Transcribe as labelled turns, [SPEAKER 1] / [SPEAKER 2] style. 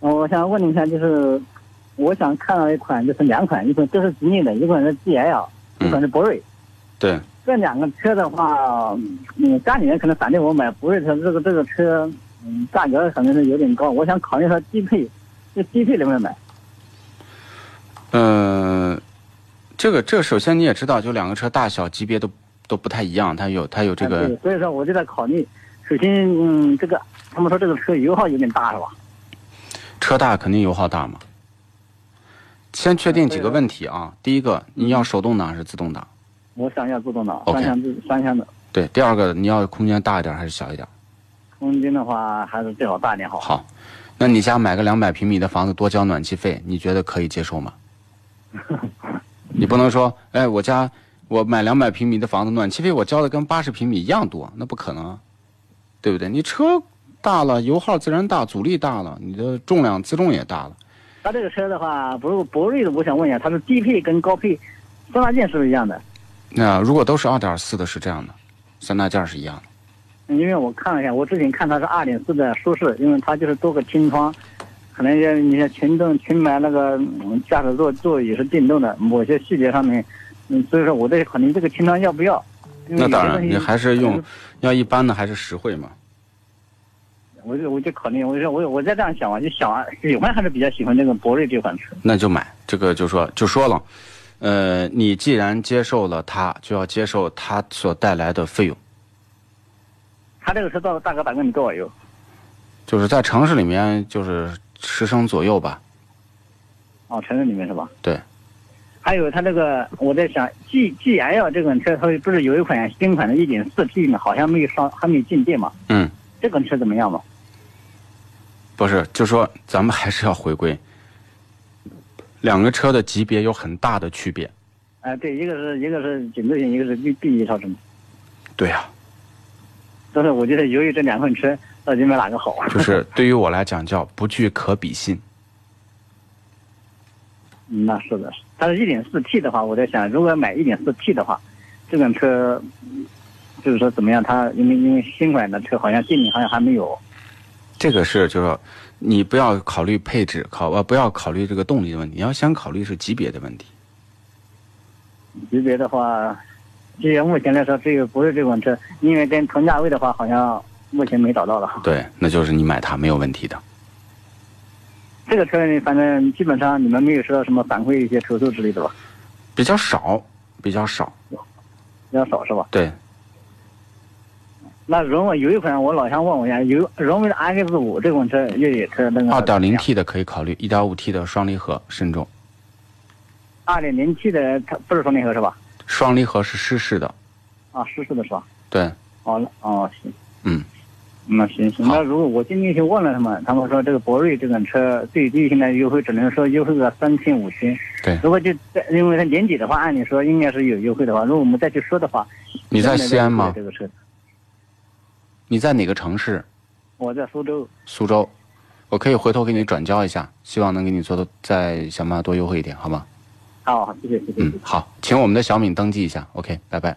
[SPEAKER 1] 我想问你一下，就是我想看到一款，就是两款，一款都是吉利的，一款是 GL，一
[SPEAKER 2] 嗯
[SPEAKER 1] 款是博瑞。
[SPEAKER 2] 对，
[SPEAKER 1] 这两个车的话，嗯，家里人可能反对我买博瑞车，这个这个车，嗯，价格可能是有点高。我想考虑一下低配，这低配能不能买？
[SPEAKER 2] 呃，这个这个，首先你也知道，就两个车大小级别都都不太一样，它有它有这
[SPEAKER 1] 哎
[SPEAKER 2] 个
[SPEAKER 1] 对，所以说我就在考虑，首先，嗯，这个他们说这个车油耗有点大是吧？
[SPEAKER 2] 车大肯定油耗大嘛。先确定几个问题啊，第一个你要手动挡还是自动挡？
[SPEAKER 1] 我想要自动挡，
[SPEAKER 2] OK
[SPEAKER 1] 双向自双向的，
[SPEAKER 2] 对，第二个你要空间大一点还是小一点？
[SPEAKER 1] 空间的话还是最好大一点好。
[SPEAKER 2] 好，那你家买个两百平米的房子，多交暖气费，你觉得可以接受 吗？你不能说，哎，我家我买两百平米的房子，暖气费我交的跟八十平米一样多，那不可能啊，对不对？你车大了，油耗自然大，阻力大了，你的重量自重也大了。
[SPEAKER 1] 它这个车的话，不是博瑞的，我想问一下，它是低配跟高配三大件是不是一样的？
[SPEAKER 2] 那如果都是二点四的，是这样的，三大件儿是一样的。
[SPEAKER 1] 因为我看了一下，我之前看它是二点四的舒适，因为它就是多个天窗，可能要你像群众群买那个嗯驾驶座座椅是电动的，某些细节上面，嗯，所以说我在考虑这个天窗要不要。因为
[SPEAKER 2] 那
[SPEAKER 1] 有
[SPEAKER 2] 当
[SPEAKER 1] 些
[SPEAKER 2] 然，
[SPEAKER 1] 东西
[SPEAKER 2] 你还是用
[SPEAKER 1] 嗯，
[SPEAKER 2] 要一般的还是实惠嘛。
[SPEAKER 1] 我就我就考虑，我就说我我再这样想啊，就想啊，喜欢还是比较喜欢这个博瑞这款车。
[SPEAKER 2] 那就买。这个就说就说了，呃，你既然接受了它，就要接受它所带来的费用。
[SPEAKER 1] 它这个车到大哦概打概你多少油？
[SPEAKER 2] 就是在城市里面，就是十升左右吧。
[SPEAKER 1] 哦，城市里面是吧？
[SPEAKER 2] 对。
[SPEAKER 1] 还有它这个，我在想，G G L 这款车，它不是有一款新款的 1.4T 嘛，好像没有上，还没有进店嘛？
[SPEAKER 2] 嗯，
[SPEAKER 1] 这款车怎么样嘛？
[SPEAKER 2] 不是，就说咱们还是要回归，两个车的级别有很大的区别。
[SPEAKER 1] 哎、对，一个是一个是紧凑型，一个是 B B 级超车嘛。
[SPEAKER 2] 对呀、
[SPEAKER 1] 但是我觉得由于这两款车，到底买哪个好？啊
[SPEAKER 2] 就是对于我来讲叫不具可比性。
[SPEAKER 1] 嗯那是的，它是 1.4T 的话，我在想，如果买 1.4T 的话，这款车嗯就是说怎么样？它因为因为新款的车好像进店好像还没有。
[SPEAKER 2] 这个是就是说，你不要考虑配置，考呃不要考虑这个动力的问题，你要先考虑是级别的问题。
[SPEAKER 1] 级别的话，这些目前来说只有不是这款车，因为跟同价位的话，好像目前没找到了。
[SPEAKER 2] 对，那就是你买它没有问题的。
[SPEAKER 1] 这个车呢，反正基本上你们没有收到什么反馈、一些投诉之类的吧？
[SPEAKER 2] 比较少，比较少。
[SPEAKER 1] 比较少是吧？
[SPEAKER 2] 对，
[SPEAKER 1] 那荣威有一款我老想问我一下，有荣威的 RX 五这款车越野车那个
[SPEAKER 2] 二啊点零 T 的可以考虑，一点五 T 的双离合慎重。
[SPEAKER 1] 二点零 T 的它不是双离合是吧？
[SPEAKER 2] 双离合是湿式的，
[SPEAKER 1] 啊，湿式的是吧？
[SPEAKER 2] 对，
[SPEAKER 1] 哦哦行，
[SPEAKER 2] 嗯，
[SPEAKER 1] 那行行，
[SPEAKER 2] 好
[SPEAKER 1] 那如果我今天去问了他们，他们说这个博瑞这款车最低现在优惠只能说优惠个三千五千。
[SPEAKER 2] 对
[SPEAKER 1] 如果就在因为它年底的话，按理说应该是有优惠的话，如果我们再去说的话，
[SPEAKER 2] 你在
[SPEAKER 1] 能不能
[SPEAKER 2] 西安吗
[SPEAKER 1] 再优惠这个车，
[SPEAKER 2] 你在哪个城市？
[SPEAKER 1] 我在苏州。
[SPEAKER 2] 苏州，我可以回头给你转交一下，希望能给你做的再想办法多优惠一点，好吗？
[SPEAKER 1] 好，好谢谢谢谢。
[SPEAKER 2] 嗯，好，请我们的小敏登记一下，OK，拜拜。